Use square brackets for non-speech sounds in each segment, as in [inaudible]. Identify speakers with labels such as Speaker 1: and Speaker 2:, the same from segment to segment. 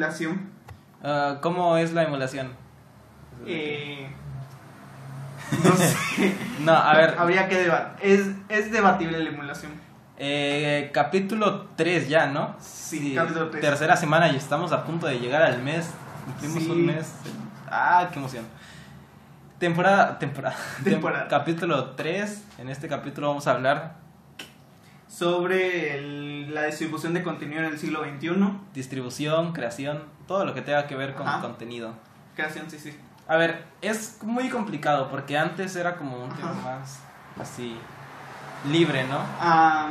Speaker 1: emulación.
Speaker 2: Ah, ¿Cómo es la emulación?
Speaker 1: Eh, no sé.
Speaker 2: No, [laughs] a ver.
Speaker 1: Habría que debatir. Es, es debatible la emulación.
Speaker 2: eh, capítulo 3 ya, ¿no?
Speaker 1: Sí, capítulo tres.
Speaker 2: Tercera semana y estamos a punto de llegar al mes. Cumplimos
Speaker 1: Sí.
Speaker 2: un mes. Ah, qué emoción. Temporada, temporada. [laughs] tem-
Speaker 1: Temporada.
Speaker 2: capítulo 3. En este capítulo vamos a hablar
Speaker 1: Sobre el- la distribución de contenido en el siglo XXI.
Speaker 2: distribución, creación, todo lo que tenga que ver con
Speaker 1: Ajá.
Speaker 2: contenido.
Speaker 1: Creación, sí, sí.
Speaker 2: A ver, es muy complicado porque antes era como un tema
Speaker 1: Ajá.
Speaker 2: más así libre, ¿no?
Speaker 1: Ah,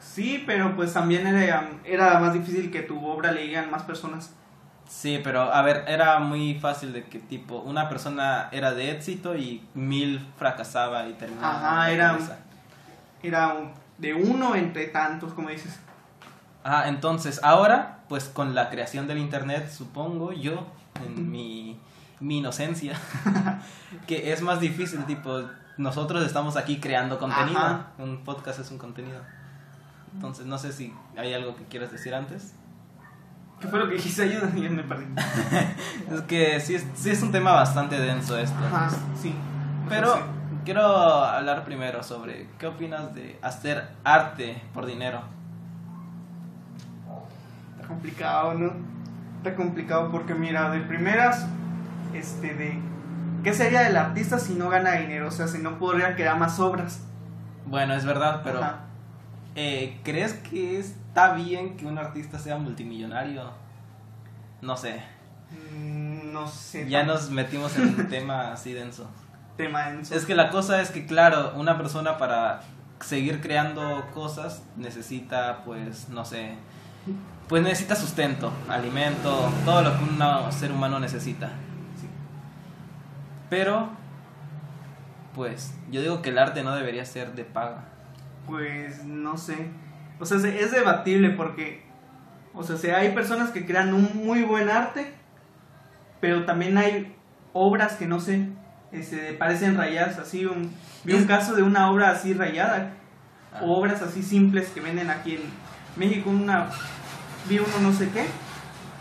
Speaker 1: sí, pero pues también era, era más difícil que tu obra le lleguen a más personas.
Speaker 2: Sí, pero a ver, era muy fácil de que tipo una persona era de éxito y mil fracasaba y terminaba.
Speaker 1: Ajá,
Speaker 2: en la
Speaker 1: era-
Speaker 2: pobreza.
Speaker 1: Era un- de uno entre tantos, como dices.
Speaker 2: Ajá, entonces ahora, pues con la creación del internet, supongo yo, en mi, mi inocencia, [laughs] que es más difícil, tipo, nosotros estamos aquí creando contenido.
Speaker 1: Ajá.
Speaker 2: Un podcast es un contenido. Entonces, no sé si hay algo que quieras decir antes.
Speaker 1: ¿Qué fue lo que dijiste? Ayúdame, ya me perdí.
Speaker 2: Es que sí es, sí es un tema bastante denso esto.
Speaker 1: Ajá, sí.
Speaker 2: Pero
Speaker 1: No sé.
Speaker 2: quiero hablar primero sobre qué opinas de hacer arte por dinero.
Speaker 1: Está complicado, ¿no? Está complicado porque mira, de primeras, este de... ¿Qué sería del artista si no gana dinero? O sea, si no podría crear más obras.
Speaker 2: Bueno, es verdad, pero
Speaker 1: Ajá.
Speaker 2: eh, ¿crees que está bien que un artista sea multimillonario? No sé,
Speaker 1: Mm, No sé.
Speaker 2: ya
Speaker 1: tan-
Speaker 2: nos metimos en un tema así denso.
Speaker 1: Tema denso.
Speaker 2: Es que la cosa es que, claro, una persona para seguir creando cosas necesita, pues, no sé, pues necesita sustento, alimento, todo lo que un ser humano necesita.
Speaker 1: Sí.
Speaker 2: Pero, pues, yo digo que el arte no debería ser de paga.
Speaker 1: Pues no sé. O sea, se- es debatible porque, o sea, si hay personas que crean un muy buen arte, pero también hay obras que no sé, este, parecen rayadas, así un, vi un
Speaker 2: Es-
Speaker 1: caso de una obra así rayada,
Speaker 2: Ah.
Speaker 1: o obras así simples que venden aquí en México, una, vi uno no sé qué,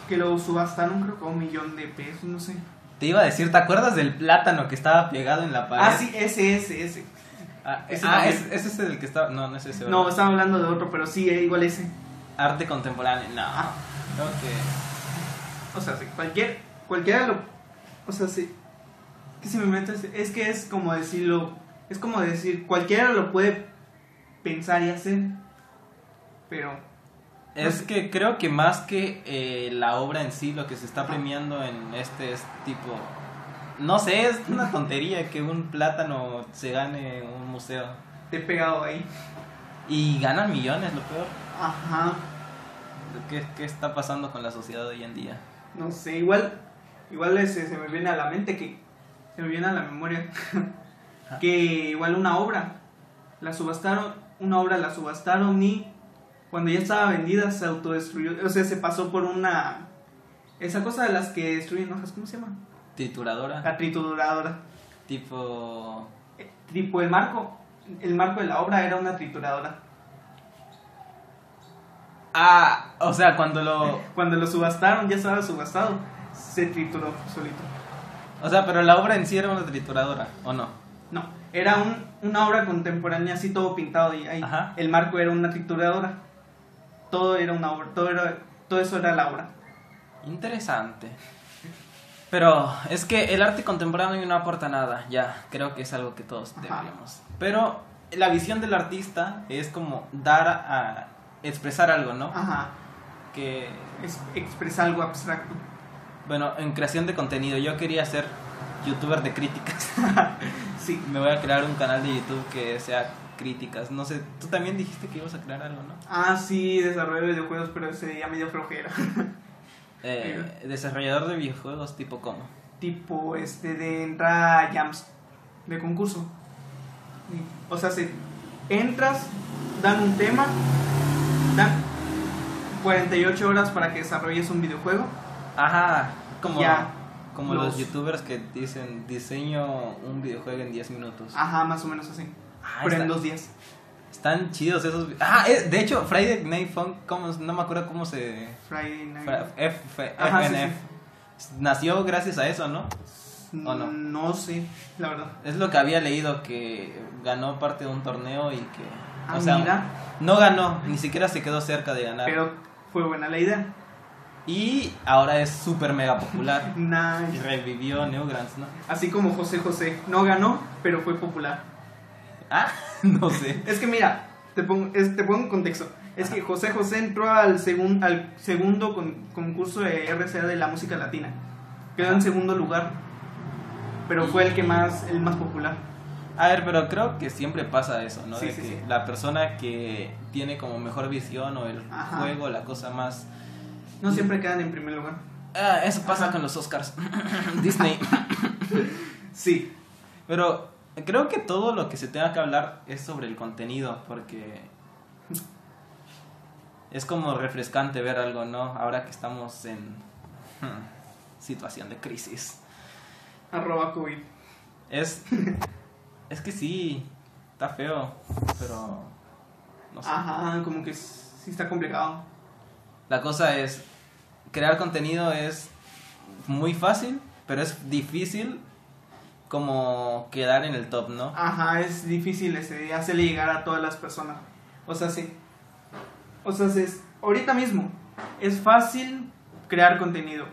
Speaker 1: que lo subastaron creo que a un millón de pesos, no sé.
Speaker 2: Te iba a decir, ¿te acuerdas del plátano que estaba pegado en la pared?
Speaker 1: Ah, sí, ese, ese, ese.
Speaker 2: Ah,
Speaker 1: Ese
Speaker 2: ah,
Speaker 1: también.
Speaker 2: es, es ese del que estaba. No, no es ese.
Speaker 1: No,
Speaker 2: ¿verdad?
Speaker 1: estaba hablando de otro, pero sí, eh, igual ese.
Speaker 2: Arte contemporáneo. No.
Speaker 1: Ah.
Speaker 2: Creo que.
Speaker 1: O sea, si cualquier, cualquiera lo. O sea, sí. Que si me metes. Es que es como decirlo. Es como decir, cualquiera lo puede pensar y hacer. Pero.
Speaker 2: Es que creo que más que eh, la obra en sí, lo que se está premiando en este es tipo. No sé, es una tontería que un plátano se gane un museo.
Speaker 1: Te he pegado ahí.
Speaker 2: Y ganan millones, lo peor.
Speaker 1: Ajá.
Speaker 2: ¿Qué, qué está pasando con la sociedad hoy en día?
Speaker 1: No sé, igual. Igual ese, se me viene a la mente que. Se me viene a la memoria. que igual una obra. La subastaron. Una obra la subastaron y. Cuando ya estaba vendida se autodestruyó. O sea, se pasó por una. Esa cosa de las que destruyen hojas, ¿cómo se llama?
Speaker 2: Tituladora.
Speaker 1: La trituradora.
Speaker 2: Tipo.
Speaker 1: Eh, Tipo el marco. El marco de la obra era una trituradora.
Speaker 2: Ah, o sea, cuando lo.
Speaker 1: Cuando lo subastaron, ya estaba subastado. Se trituró solito.
Speaker 2: O sea, pero la obra en sí era una trituradora, ¿o no?
Speaker 1: No, era un- una obra contemporánea así todo pintado y ahí.
Speaker 2: Ajá.
Speaker 1: El marco era una trituradora. Todo era una obra, todo era, todo eso era la obra.
Speaker 2: Interesante. Pero es que el arte contemporáneo no aporta nada, ya, creo que es algo que todos
Speaker 1: Ajá.
Speaker 2: deberíamos. Pero la visión del artista es como dar a expresar algo, ¿no?
Speaker 1: Ajá.
Speaker 2: Que,
Speaker 1: Es, expresa algo abstracto.
Speaker 2: bueno, en creación de contenido, yo quería ser youtuber de críticas. [laughs]
Speaker 1: Sí.
Speaker 2: Me voy a crear un canal de YouTube que sea críticas. No sé, tú también dijiste que ibas a crear algo, ¿no?
Speaker 1: Ah, sí, desarrollo de videojuegos, pero ese ya me dio flojera. [laughs]
Speaker 2: Eh, desarrollador de videojuegos tipo como.
Speaker 1: tipo este de entrar a jams de concurso. O sea, si entras, dan un tema, dan 48 horas para que desarrolles un videojuego.
Speaker 2: Ajá, como,
Speaker 1: Ya,
Speaker 2: como los...
Speaker 1: los-
Speaker 2: youtubers que dicen diseño un videojuego en 10 minutos.
Speaker 1: Ah, Ajá, más o menos así.
Speaker 2: Ah,
Speaker 1: pero en
Speaker 2: está-
Speaker 1: dos días.
Speaker 2: Están chidos esos. vi- Ah, eh, de hecho, Friday Night Funk, ¿cómo- no me acuerdo cómo se.
Speaker 1: Friday Night.
Speaker 2: Fra- F, F-
Speaker 1: Ajá, sí,
Speaker 2: FNF. Nació gracias a eso, ¿no? ¿o no?
Speaker 1: No sé, la verdad.
Speaker 2: Es lo que había leído, que ganó parte de un torneo y que...
Speaker 1: Ah,
Speaker 2: o sea,
Speaker 1: mira,
Speaker 2: no ganó, ni siquiera se quedó cerca de ganar.
Speaker 1: pero fue buena la idea.
Speaker 2: Y ahora es súper
Speaker 1: [laughs]
Speaker 2: mega popular. y
Speaker 1: Nice.
Speaker 2: revivió Newgrounds, ¿no?
Speaker 1: Así como José José. No ganó, pero fue popular.
Speaker 2: Ah, [laughs] no sé.
Speaker 1: Es que mira, te pongo, es- te pongo en contexto. Es que José José entró al, segun- al segundo con- concurso de RCA de la música latina. Quedó en segundo lugar. Pero fue el que más, el más popular.
Speaker 2: A ver, pero creo que siempre pasa eso, ¿no?
Speaker 1: Sí,
Speaker 2: de
Speaker 1: sí,
Speaker 2: que
Speaker 1: sí.
Speaker 2: la persona que tiene como mejor visión o el
Speaker 1: Ajá.
Speaker 2: juego, la cosa más...
Speaker 1: No siempre quedan en primer lugar.
Speaker 2: Ah, eso pasa con los Oscars. [laughs] Disney.
Speaker 1: Sí.
Speaker 2: Pero creo que todo lo que se tenga que hablar es sobre el contenido, porque es como refrescante ver algo, ¿no? Ahora que estamos en hmm, situación de crisis.
Speaker 1: Arroba COVID.
Speaker 2: Es, es que sí, está feo, pero no sé.
Speaker 1: Ajá, como que s- sí está complicado.
Speaker 2: La cosa es, crear contenido es muy fácil, pero es difícil como quedar en el top, ¿no?
Speaker 1: Ajá, es difícil este, hacerle llegar a todas las personas. O sea, sí. O sea, sí, es, ahorita mismo es fácil crear contenido.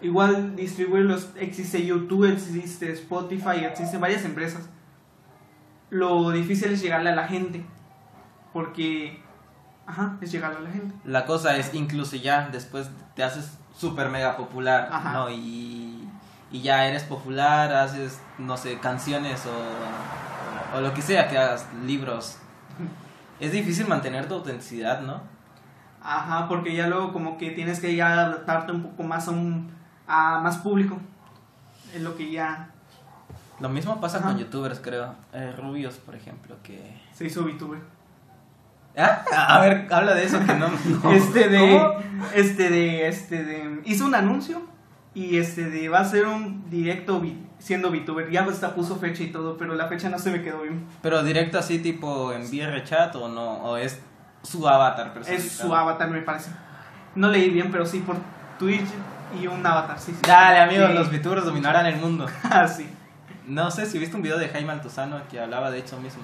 Speaker 1: Igual distribuirlos. Existe YouTube, existe Spotify, existen varias empresas. Lo difícil es llegarle a la gente. Porque... Ajá, es llegarle a la gente.
Speaker 2: La cosa es, incluso ya después te haces súper mega popular,
Speaker 1: Ajá.
Speaker 2: ¿no? Y, y ya eres popular, haces, no sé, canciones o, o lo que sea que hagas,
Speaker 1: [laughs]
Speaker 2: libros. Es difícil mantener tu autenticidad, ¿no?
Speaker 1: Ajá, porque ya luego como que tienes que ya adaptarte un poco más a un... a más público. Es lo que ya
Speaker 2: Lo mismo pasa
Speaker 1: Ajá.
Speaker 2: con youtubers, creo. Eh, rubios, por ejemplo, que...
Speaker 1: se hizo VTuber.
Speaker 2: Ah, A ver, habla de eso
Speaker 1: [laughs]
Speaker 2: que no... no.
Speaker 1: Este de.
Speaker 2: ¿Cómo?
Speaker 1: Este de. Este de. Hizo un anuncio. Y este de. Va a ser un directo vi- siendo VTuber. Ya pues hasta puso fecha y todo. Pero la fecha no se me quedó bien.
Speaker 2: Pero directo así, tipo, en VR chat o no, o es su avatar
Speaker 1: Es
Speaker 2: personificado.
Speaker 1: su avatar, me parece. No leí bien, pero sí por Twitch y un avatar. Sí, sí.
Speaker 2: Dale, amigos,
Speaker 1: Sí.
Speaker 2: los VTubers dominarán el mundo.
Speaker 1: [laughs] Ah, sí.
Speaker 2: No sé si viste un video de Jaime Altozano que hablaba de eso mismo.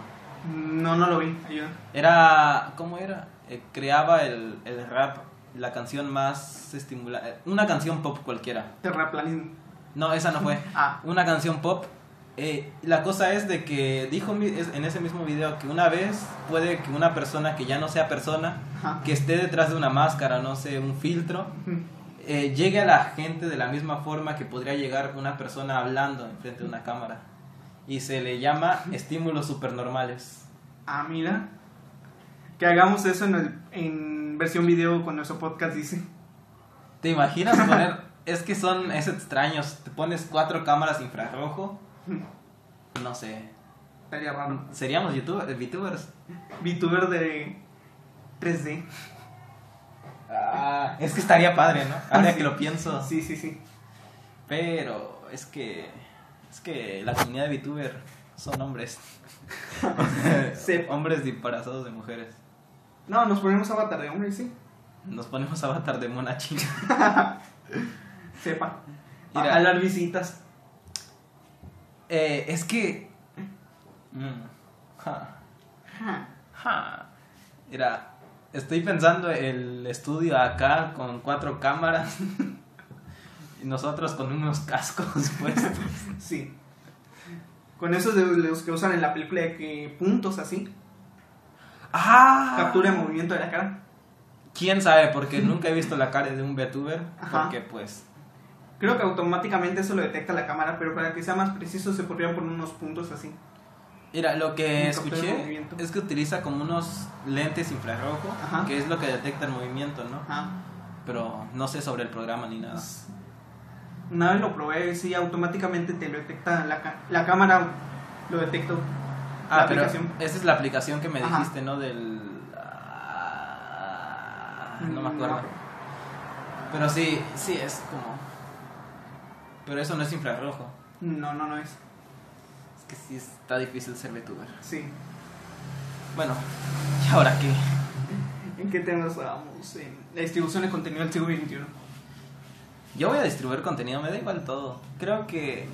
Speaker 1: No, no lo vi. Ayuda.
Speaker 2: Era. ¿Cómo era? Eh, creaba el, el rap, la canción más estimulante. Una canción pop cualquiera.
Speaker 1: Terraplanismo.
Speaker 2: No, esa
Speaker 1: [laughs]
Speaker 2: no fue.
Speaker 1: Ah.
Speaker 2: Una canción pop. Eh, la cosa es de que dijo mi- es- en ese mismo video que una vez puede que una persona que ya no sea persona,
Speaker 1: Ajá.
Speaker 2: que esté detrás de una máscara, no sé, un filtro, eh, llegue a la gente de la misma forma que podría llegar una persona hablando enfrente de una cámara. Y se le
Speaker 1: [laughs]
Speaker 2: llama estímulos supernormales.
Speaker 1: Ah, mira. Que hagamos eso en, el, en versión video con nuestro podcast, dice.
Speaker 2: ¿Te imaginas
Speaker 1: [laughs]
Speaker 2: poner.? es que son. Es extraños. Te pones cuatro cámaras infrarrojo. No sé.
Speaker 1: Estaría raro.
Speaker 2: Seríamos youtubers, VTubers.
Speaker 1: VTuber de 3D.
Speaker 2: Ah, es que estaría padre,
Speaker 1: [laughs]
Speaker 2: ¿no? Ahora que lo pienso.
Speaker 1: Ah, Sí, sí, sí.
Speaker 2: Pero es que. Es que la comunidad de VTuber son hombres.
Speaker 1: [laughs] Sí.
Speaker 2: Hombres disfrazados de mujeres.
Speaker 1: No, nos ponemos avatar de hombre, sí.
Speaker 2: Nos ponemos avatar de mona china.
Speaker 1: Sepa. A
Speaker 2: Mira.
Speaker 1: jalar visitas.
Speaker 2: Eh, es que. Mm, ja. Ja. Mira, estoy pensando el estudio acá con cuatro cámaras [laughs] y nosotros con unos cascos [laughs] puestos.
Speaker 1: Sí. Con esos de los que usan en la película de que puntos así.
Speaker 2: ¡Ah!
Speaker 1: Captura el movimiento de la cara.
Speaker 2: ¿Quién sabe?
Speaker 1: [laughs]
Speaker 2: Porque nunca he visto la cara de un VTuber.
Speaker 1: Ajá.
Speaker 2: Porque pues...
Speaker 1: Creo que automáticamente eso lo detecta la cámara, pero para que sea más preciso se podrían poner unos puntos así.
Speaker 2: Mira, lo que
Speaker 1: Un captura de
Speaker 2: escuché
Speaker 1: movimiento.
Speaker 2: es que utiliza como unos lentes infrarrojo,
Speaker 1: Ajá.
Speaker 2: que es lo que detecta el movimiento, ¿no?
Speaker 1: Ajá.
Speaker 2: Pero no sé sobre el programa ni nada.
Speaker 1: Una vez lo probé, sí, automáticamente te lo detecta la, ca- la cámara. Lo detectó.
Speaker 2: Ah,
Speaker 1: la
Speaker 2: pero
Speaker 1: aplicación.
Speaker 2: esa es la aplicación que me
Speaker 1: Ajá.
Speaker 2: dijiste, ¿no? Del... ah, No me
Speaker 1: Mm,
Speaker 2: acuerdo. Pero sí, sí, es como... Pero eso no es infrarrojo.
Speaker 1: No, no, no es.
Speaker 2: Es que sí está difícil ser VTuber.
Speaker 1: Sí.
Speaker 2: Bueno, ¿y ahora qué?
Speaker 1: ¿En qué temas vamos? En la distribución de contenido del siglo XXI.
Speaker 2: Yo voy a distribuir contenido, me da igual todo. Creo que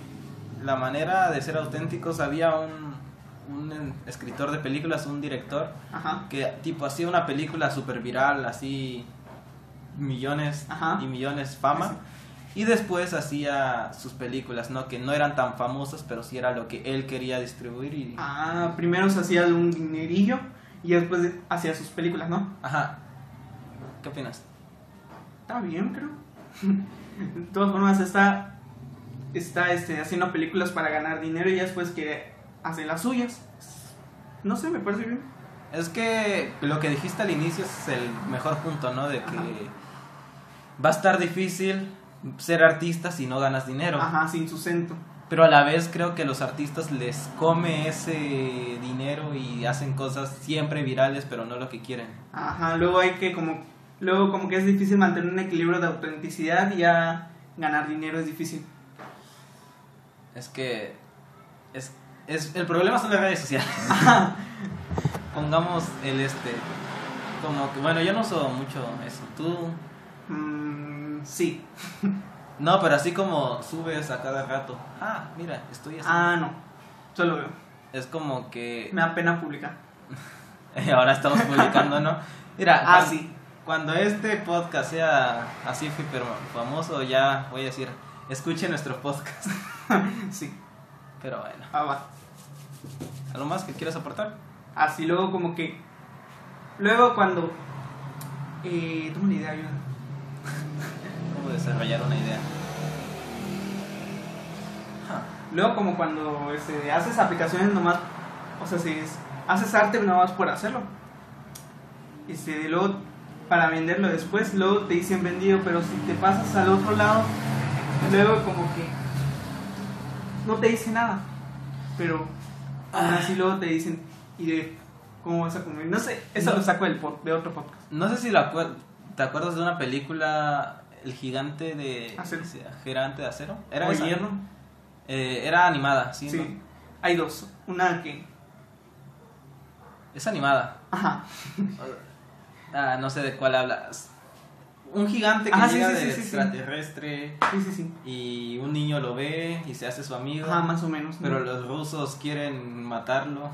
Speaker 2: la manera de ser auténticos había un, un escritor de películas, un director,
Speaker 1: Ajá.
Speaker 2: que tipo hacía una película super viral, así millones
Speaker 1: Ajá.
Speaker 2: y millones fama. Y después hacía sus películas, ¿no? Que no eran tan famosas, pero sí era lo que él quería distribuir y...
Speaker 1: Ah, primero se hacía un dinerillo y después hacía sus películas, ¿no?
Speaker 2: Ajá. ¿Qué opinas?
Speaker 1: Está bien, creo. [laughs] De todas formas, está, está este, haciendo películas para ganar dinero y ya después que hace las suyas. No sé, me parece bien.
Speaker 2: Es que lo que dijiste al inicio es el mejor punto, ¿no? De que va a estar difícil ser artista si no ganas dinero.
Speaker 1: Ajá, sin sustento.
Speaker 2: Pero a la vez creo que los artistas les come ese dinero y hacen cosas siempre virales, pero no lo que quieren.
Speaker 1: Ajá, luego hay que como... Luego como que es difícil mantener un equilibrio de autenticidad y ya ganar dinero es difícil.
Speaker 2: Es que es, es el problema son las redes
Speaker 1: [laughs]
Speaker 2: sociales. Pongamos el este como que bueno, yo no uso mucho eso. Tú
Speaker 1: Mm, sí.
Speaker 2: no, pero así como subes a cada rato. Ah, mira, estoy así.
Speaker 1: Ah, no. Solo veo.
Speaker 2: Es como que [laughs]
Speaker 1: Me da pena publicar.
Speaker 2: ahora estamos publicando, ¿no? Mira,
Speaker 1: Ah,
Speaker 2: cuan-
Speaker 1: sí.
Speaker 2: Cuando este podcast sea así hiper famoso, ya voy a decir, escuche nuestro podcast. [laughs]
Speaker 1: Sí.
Speaker 2: Pero bueno,
Speaker 1: Ah, va.
Speaker 2: ¿algo más que quieras aportar?
Speaker 1: Así luego como que... Luego cuando... Eh, tengo una idea, ayuda.
Speaker 2: ¿Cómo desarrollar una idea? Ah,
Speaker 1: Luego como cuando este, haces aplicaciones nomás... O sea, si es- haces arte nomás por hacerlo. Este, luego para venderlo después, luego te dicen vendido, pero si te pasas al otro lado, luego como que... No te dice nada. Pero aún así luego te dicen... ¿Y de cómo vas a comer? No sé, eso
Speaker 2: No.
Speaker 1: lo saco del pod- de otro podcast.
Speaker 2: No sé si lo acuer- te acuerdas de una película, El gigante de
Speaker 1: Acero.
Speaker 2: Gigante de acero. Era
Speaker 1: O
Speaker 2: esa?
Speaker 1: hierro.
Speaker 2: Eh, era animada, sí.
Speaker 1: Sí.
Speaker 2: ¿no?
Speaker 1: Hay dos. Una que.
Speaker 2: Es animada.
Speaker 1: Ajá.
Speaker 2: Ah, no sé de cuál hablas. Un gigante que
Speaker 1: Ah, sí,
Speaker 2: llega
Speaker 1: sí,
Speaker 2: de
Speaker 1: sí, sí, sí.
Speaker 2: extraterrestre.
Speaker 1: Sí, sí, sí.
Speaker 2: y un niño lo ve y se hace su amigo,
Speaker 1: Ajá, más o menos. ¿no?
Speaker 2: pero los rusos quieren matarlo.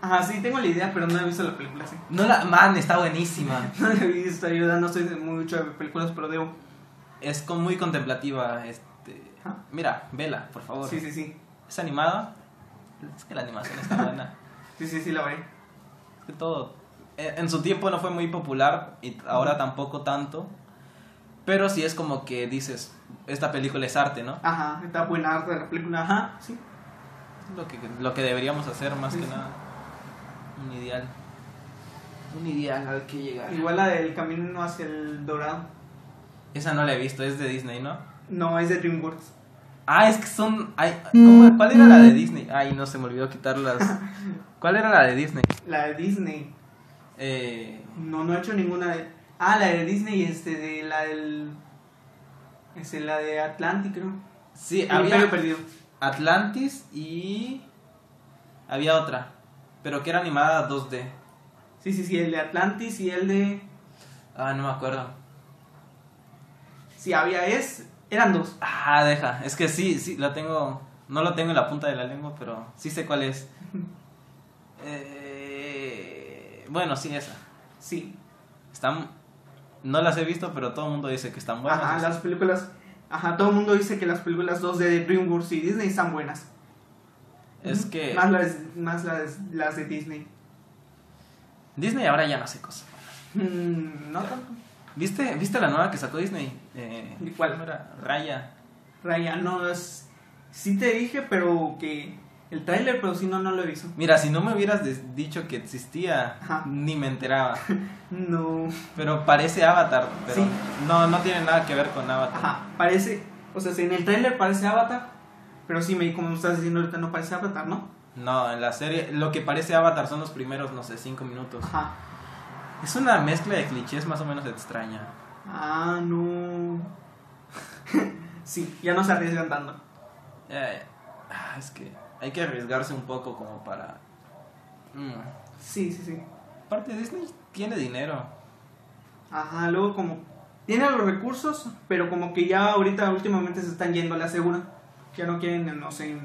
Speaker 1: Ajá, sí, tengo la idea, pero no he visto la película, sí. [laughs]
Speaker 2: No la man, está buenísima.
Speaker 1: No la he visto, ayuda, no estoy mucho de películas, pero debo.
Speaker 2: Es con- muy contemplativa, este,
Speaker 1: Ajá.
Speaker 2: mira, vela, por favor.
Speaker 1: Sí, sí, sí.
Speaker 2: Es animada. Es que la animación está buena.
Speaker 1: Sí, sí, sí, la veré.
Speaker 2: Es que todo eh, en su tiempo no fue muy popular y t- ahora tampoco tanto. Pero sí es como que dices, esta película es arte, ¿no?
Speaker 1: Ajá, está buena arte de la película, ajá, sí.
Speaker 2: Es Lo que, lo que deberíamos hacer más
Speaker 1: Sí,
Speaker 2: que
Speaker 1: sí.
Speaker 2: nada. Un ideal. Un ideal al que llegar.
Speaker 1: Igual la del camino hacia el dorado.
Speaker 2: Esa no la he visto, es de Disney, ¿no?
Speaker 1: No, es de DreamWorks.
Speaker 2: Ah, es que son. ay, ¿cómo- ¿Cuál era la de Disney? Ay, no, se me olvidó quitarlas. ¿Cuál era la de Disney?
Speaker 1: La de Disney.
Speaker 2: Eh,
Speaker 1: No, no he hecho ninguna de. Ah, la de Disney, este, de la del. Este, la de Atlantic, creo.
Speaker 2: sí,
Speaker 1: El Imperio
Speaker 2: Eh, había
Speaker 1: perdido.
Speaker 2: Atlantis y. Había otra, pero que era animada 2D.
Speaker 1: Sí, sí, sí, el de Atlantis y el de.
Speaker 2: Ah, no me acuerdo.
Speaker 1: Si había es, eran dos.
Speaker 2: Ah, deja, es que sí, sí, la tengo. No lo tengo en la punta de la lengua, pero sí sé
Speaker 1: [laughs]
Speaker 2: cuál es. Eh, bueno, sí, esa.
Speaker 1: Sí.
Speaker 2: Están. No las he visto, pero todo el mundo dice que están buenas.
Speaker 1: ajá, las películas. Ajá, todo el mundo dice que las películas 2D de DreamWorks y Disney están buenas.
Speaker 2: Es
Speaker 1: Ujú.
Speaker 2: que.
Speaker 1: Más las, más las, las de Disney.
Speaker 2: Disney ahora ya no hace cosas.
Speaker 1: Mm, no tanto.
Speaker 2: ¿Viste, ¿Viste la nueva que sacó Disney? Eh,
Speaker 1: ¿Y cuál?
Speaker 2: ¿cómo era? Raya.
Speaker 1: Raya, no es. Sí te dije, pero que. El tráiler, pero si no, no lo he visto.
Speaker 2: Mira, si no me hubieras des- dicho que existía,
Speaker 1: Ajá.
Speaker 2: ni me enteraba.
Speaker 1: No.
Speaker 2: Pero parece Avatar, pero
Speaker 1: Sí.
Speaker 2: no, no tiene nada que ver con Avatar.
Speaker 1: Ajá, parece. O sea, si en el tráiler parece Avatar. Pero sí, me, como estás diciendo ahorita, no parece Avatar, ¿no?
Speaker 2: No, en la serie, lo que parece Avatar son los primeros, no sé, cinco minutos.
Speaker 1: Ajá.
Speaker 2: Es una mezcla de clichés más o menos extraña.
Speaker 1: Ah, no. [laughs] sí, ya no se arriesgan tanto.
Speaker 2: Eh, ah, es que hay que arriesgarse un poco como para... mm,
Speaker 1: Sí, sí, sí.
Speaker 2: Aparte, Disney tiene dinero.
Speaker 1: Ajá, luego como... Tiene los recursos, pero como que ya ahorita últimamente se están yendo a la segura. Ya no quieren, no sé,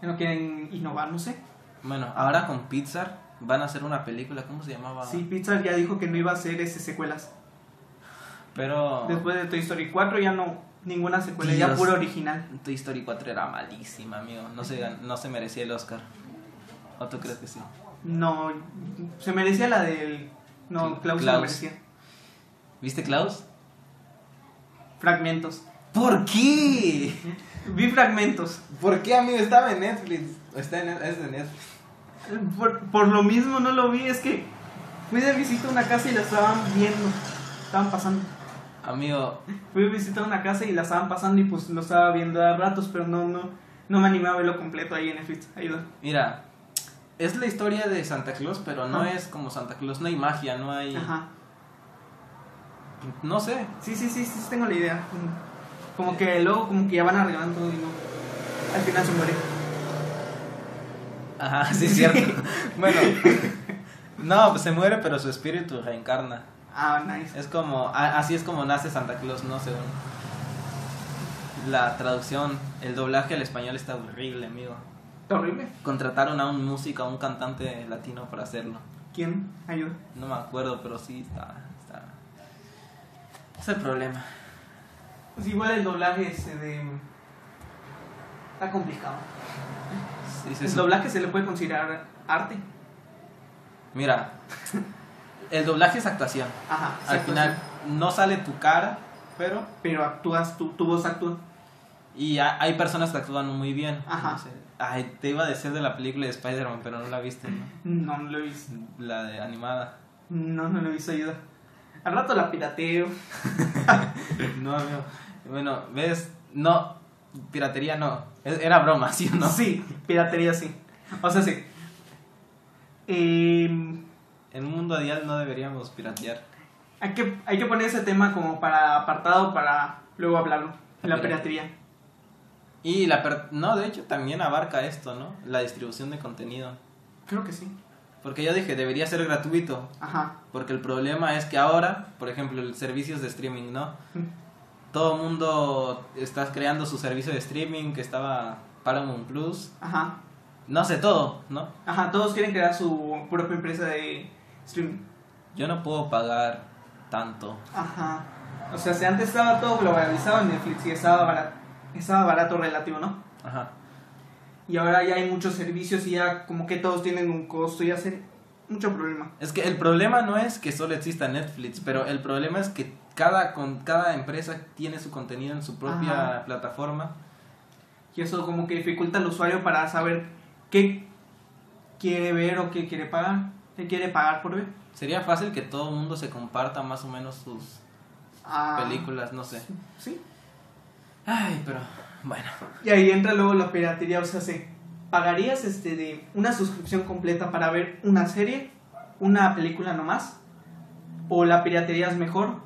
Speaker 1: ya no quieren innovar, no sé.
Speaker 2: Bueno, ahora con Pixar van a hacer una película, ¿cómo se llamaba?
Speaker 1: Sí, Pixar ya dijo que no iba a hacer ese, secuelas.
Speaker 2: Pero
Speaker 1: Después de Toy Story 4 ya no, ninguna secuela, ya
Speaker 2: Dios.
Speaker 1: puro original.
Speaker 2: Toy Story 4 era malísima, amigo. No se, gan- no se merecía el Oscar. ¿O tú crees que sí?
Speaker 1: No, se merecía la del... No,
Speaker 2: Sí,
Speaker 1: Klaus, se la
Speaker 2: Klaus.
Speaker 1: merecía.
Speaker 2: ¿Viste Klaus?
Speaker 1: Fragmentos.
Speaker 2: ¿Por qué?
Speaker 1: Vi fragmentos.
Speaker 2: ¿Por qué, amigo? Estaba en Netflix. Está en, es de Netflix.
Speaker 1: Por, por lo mismo no lo vi, es que fui de visita a una casa y la estaban viendo, estaban pasando.
Speaker 2: Amigo,
Speaker 1: Fui de visita a una casa y la estaban pasando y pues lo estaba viendo a ratos, pero no, no, no me animé a verlo completo ahí en Netflix. Ahí lo-
Speaker 2: mira. Es la historia de Santa Claus, pero no
Speaker 1: Ajá.
Speaker 2: es como Santa Claus. No hay magia, no hay...
Speaker 1: Ajá.
Speaker 2: No sé.
Speaker 1: Sí, sí, sí, sí, tengo la idea. Mm. Como que luego como que ya van arreglando todo y no. Al final se muere.
Speaker 2: Ajá, sí, es cierto. [laughs] bueno. No, pues se muere, pero su espíritu reencarna.
Speaker 1: Ah, nice.
Speaker 2: Es como, a- así es como nace Santa Claus, no según la traducción, el doblaje al español está horrible, amigo.
Speaker 1: Está horrible.
Speaker 2: Contrataron a un músico, a un cantante latino para hacerlo.
Speaker 1: ¿Quién ayuda?
Speaker 2: No me acuerdo, pero sí está, está. Es el problema.
Speaker 1: Pues igual el doblaje ese de... Está complicado.
Speaker 2: Sí, sí,
Speaker 1: El
Speaker 2: sí.
Speaker 1: doblaje se le puede considerar arte.
Speaker 2: Mira, el doblaje es actuación.
Speaker 1: Ajá.
Speaker 2: Al
Speaker 1: exacto,
Speaker 2: final no sale tu cara, pero
Speaker 1: pero actúas, tu, tu voz actúa.
Speaker 2: y ha- hay personas que actúan muy bien.
Speaker 1: Ajá.
Speaker 2: No sé. Ay, te iba a decir de la película de Spider-Man, pero no la viste, ¿no?
Speaker 1: No, no lo he visto.
Speaker 2: La de animada.
Speaker 1: No, no lo he visto ayuda. Al rato la pirateo.
Speaker 2: No, amigo. Bueno, ves, no, piratería no. Es- Era broma, ¿sí o [laughs] no?
Speaker 1: Sí, piratería sí. O sea, sí. Em,
Speaker 2: En un mundo ideal no deberíamos piratear.
Speaker 1: hay, que, hay que poner ese tema como para apartado para luego hablarlo. La
Speaker 2: La piratería.
Speaker 1: piratería.
Speaker 2: Y la... per- no, de hecho también abarca esto, ¿no? La distribución de contenido.
Speaker 1: Creo que sí.
Speaker 2: Porque yo dije, debería ser gratuito.
Speaker 1: Ajá.
Speaker 2: Porque el problema es que ahora, por ejemplo, el servicios de streaming, ¿no? Todo el mundo está creando su servicio de streaming que estaba Paramount Plus.
Speaker 1: Ajá.
Speaker 2: No sé, todo, ¿no?
Speaker 1: Ajá. Todos quieren crear su propia empresa de streaming.
Speaker 2: Yo no puedo pagar tanto.
Speaker 1: Ajá. O sea, si antes estaba todo globalizado en Netflix y estaba barato, estaba barato relativo, ¿no?
Speaker 2: Ajá.
Speaker 1: Y ahora ya hay muchos servicios y ya como que todos tienen un costo y hace mucho problema.
Speaker 2: Es que el problema no es que solo exista Netflix, pero el problema es que cada, con, cada empresa tiene su contenido en su propia
Speaker 1: Ajá.
Speaker 2: plataforma.
Speaker 1: Y eso como que dificulta al usuario para saber qué quiere ver o qué quiere pagar, qué quiere pagar por ver.
Speaker 2: Sería fácil que todo el mundo se comparta más o menos sus
Speaker 1: Ah,
Speaker 2: películas, no sé.
Speaker 1: Sí.
Speaker 2: Ay, pero bueno.
Speaker 1: Y ahí entra luego la piratería, o sea, sí. ¿Pagarías este de una suscripción completa para ver una serie, una película nomás? ¿O la piratería es mejor,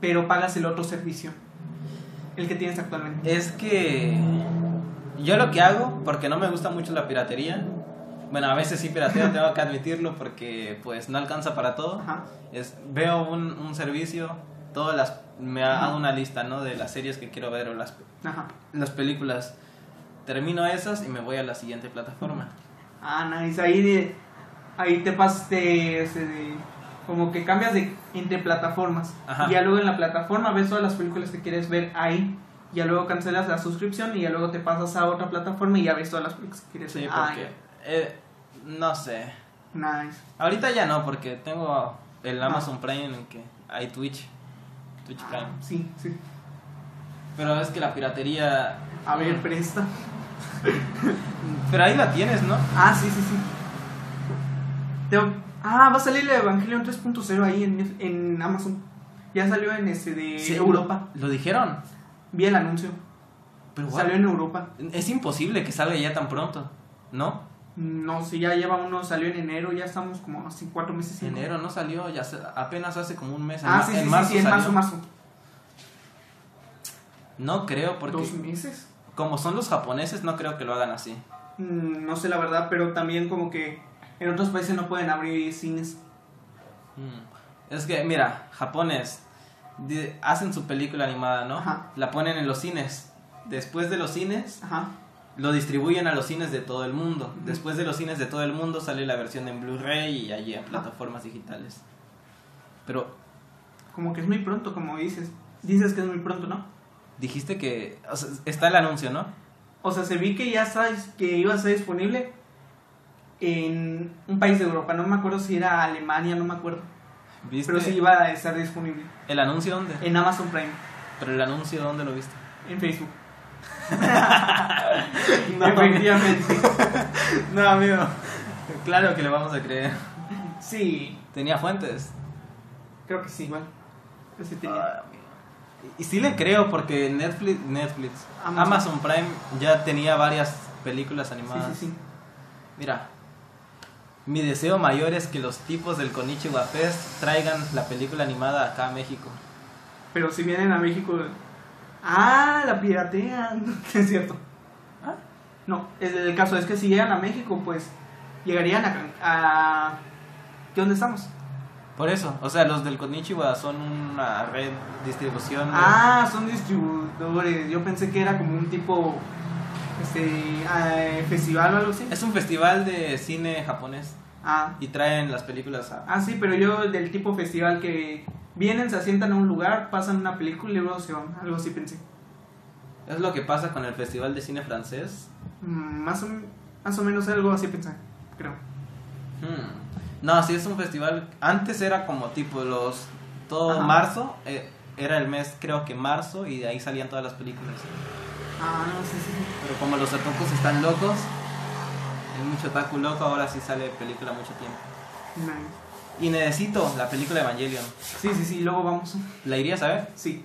Speaker 1: pero pagas el otro servicio? El que tienes actualmente.
Speaker 2: Es que yo lo que hago, porque no me gusta mucho la piratería, bueno, a veces
Speaker 1: [laughs]
Speaker 2: sí pirateo, tengo que admitirlo porque pues no alcanza para todo.
Speaker 1: Ajá.
Speaker 2: es veo un, un servicio, todas las me ha- hago una lista, ¿no? De las series que quiero ver o las
Speaker 1: Ajá.
Speaker 2: las películas. Termino esas y me voy a la siguiente plataforma.
Speaker 1: Ah, nice. Ahí, de- ahí te pasas de, ese de- como que cambias de, entre plataformas.
Speaker 2: Ajá.
Speaker 1: Y ya luego en la plataforma ves todas las películas que quieres ver ahí. Ya luego cancelas la suscripción y ya luego te pasas a otra plataforma y ya ves todas las películas que quieres
Speaker 2: Sí,
Speaker 1: ver. Ah,
Speaker 2: porque eh, no sé.
Speaker 1: ya. nice.
Speaker 2: Ahorita ya no, porque tengo el Amazon Prime en el que hay Twitch, Twitch Prime.
Speaker 1: Ah. Ah, sí, sí.
Speaker 2: Pero es que la piratería,
Speaker 1: A
Speaker 2: Mm.
Speaker 1: ver, presta.
Speaker 2: pero ahí la tienes, ¿no?
Speaker 1: Ah, sí, sí, sí. Te- ah, va a salir el Evangelion 3.0 ahí en, en Amazon. Ya salió en este de
Speaker 2: Sí,
Speaker 1: Europa.
Speaker 2: Lo dijeron.
Speaker 1: Vi el anuncio.
Speaker 2: Pero what?
Speaker 1: Salió en Europa.
Speaker 2: es imposible que salga ya tan pronto, ¿no?
Speaker 1: No, si ya lleva uno, salió en enero, ya estamos como así cuatro meses. cinco.
Speaker 2: Enero no salió, ya se- apenas hace como un mes. en
Speaker 1: Ah,
Speaker 2: ma-
Speaker 1: sí,
Speaker 2: en
Speaker 1: sí,
Speaker 2: marzo
Speaker 1: sí, en marzo,
Speaker 2: salió.
Speaker 1: marzo.
Speaker 2: No creo, porque
Speaker 1: ¿Dos meses?
Speaker 2: como son los japoneses, no creo que lo hagan así.
Speaker 1: Mm, no sé la verdad, pero también como que en otros países no pueden abrir cines.
Speaker 2: Mm. Es que, mira, japones di- hacen su película animada, ¿no?
Speaker 1: Ajá.
Speaker 2: La ponen en los cines. Después de los cines,
Speaker 1: Ajá.
Speaker 2: lo distribuyen a los cines de todo el mundo.
Speaker 1: Ujú.
Speaker 2: Después de los cines de todo el mundo sale la versión en Blu-ray y allí en plataformas digitales. Pero
Speaker 1: Como que es muy pronto, como dices. Dices que es muy pronto, ¿no?
Speaker 2: dijiste que o sea, está el anuncio, ¿no?
Speaker 1: O sea, se vi que ya sabes que iba a ser disponible en un país de Europa. No me acuerdo si era Alemania, no me acuerdo.
Speaker 2: ¿Viste
Speaker 1: Pero sí iba a estar disponible
Speaker 2: el anuncio dónde?
Speaker 1: en Amazon Prime,
Speaker 2: Pero el anuncio dónde
Speaker 1: [laughs]
Speaker 2: lo viste?
Speaker 1: en Facebook.
Speaker 2: [laughs] No.
Speaker 1: Efectivamente.
Speaker 2: No, amigo. Claro que le vamos a creer.
Speaker 1: Sí,
Speaker 2: Tenía fuentes.
Speaker 1: creo que sí, igual. Pero sí
Speaker 2: Ah,
Speaker 1: tenía.
Speaker 2: Y sí le creo porque Netflix, Netflix,
Speaker 1: Amazon.
Speaker 2: Amazon, Prime ya tenía varias películas
Speaker 1: Sí,
Speaker 2: animadas.
Speaker 1: sí, sí.
Speaker 2: Mira, mi deseo mayor es que los tipos del Konichiwa Fest traigan la película animada acá a México.
Speaker 1: Pero si vienen a México. Ah, la piratean. [laughs] es cierto. No, es- el caso es que si llegan a México, pues llegarían a. Can- a... ¿Qué dónde estamos?
Speaker 2: Por eso, o sea, los del Konichiwa son una red distribución. de-
Speaker 1: Ah, son distribuidores. Yo pensé que era como un tipo. Este. eh, festival o algo así.
Speaker 2: Es un festival de cine japonés
Speaker 1: Ah.
Speaker 2: y traen las películas a...
Speaker 1: Ah, sí, pero yo del tipo festival que vienen, se asientan a un lugar, pasan una película y luego se van. Algo así pensé.
Speaker 2: Es lo que pasa con el Festival de Cine Francés.
Speaker 1: Mm, Más o, más o menos algo así pensé, creo.
Speaker 2: Hmm. No, sí es un festival. Antes era como tipo los. Todo
Speaker 1: Ajá.
Speaker 2: marzo. eh, era el mes, creo que marzo. Y de ahí salían todas las películas.
Speaker 1: Ah, no, sí, sí, sí.
Speaker 2: Pero como los otakus están locos. Hay mucho otaku loco. Ahora sí sale película mucho tiempo.
Speaker 1: Nice.
Speaker 2: Y necesito la película Evangelion.
Speaker 1: Sí, sí, sí, luego vamos.
Speaker 2: ¿La irías a ver?
Speaker 1: Sí.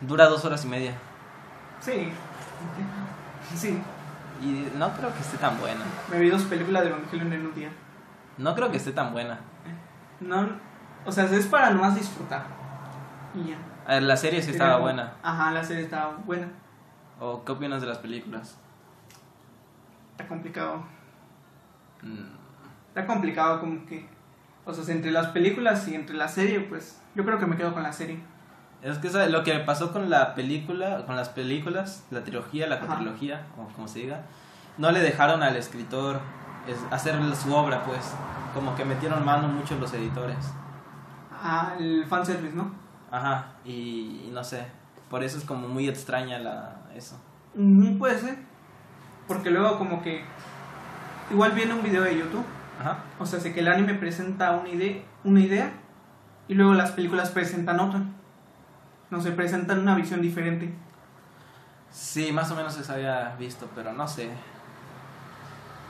Speaker 2: Dura dos horas y media.
Speaker 1: Sí. Sí.
Speaker 2: Y no creo que esté tan buena.
Speaker 1: Me vi dos películas de Evangelion en un día.
Speaker 2: No creo que esté tan buena.
Speaker 1: No, o sea, es para nomás disfrutar. Y ya.
Speaker 2: A ver, la serie sí
Speaker 1: Era
Speaker 2: estaba
Speaker 1: como-
Speaker 2: buena.
Speaker 1: Ajá, la serie estaba buena.
Speaker 2: ¿O qué opinas de las películas?
Speaker 1: Está complicado.
Speaker 2: Mm,
Speaker 1: Está complicado como que... O sea, entre las películas y entre la serie, pues yo creo que me quedo con la serie.
Speaker 2: Es que ¿sabes? lo que pasó con la película, con las películas, la trilogía, la
Speaker 1: Ajá.
Speaker 2: cuatrilogía, o como se diga, no le dejaron al escritor es- hacer su obra, pues, como que metieron mano mucho los editores.
Speaker 1: Ah, el fanservice, ¿no?
Speaker 2: Ajá, y, y no sé, por eso es como muy extraña la eso.
Speaker 1: Mm, puede ser. Porque luego como que... Igual viene un video de YouTube.
Speaker 2: Ajá.
Speaker 1: O sea, sé que el anime presenta una idea, una idea y luego las películas presentan otra. No se presentan una visión diferente.
Speaker 2: Sí, más o menos se había visto, pero no sé.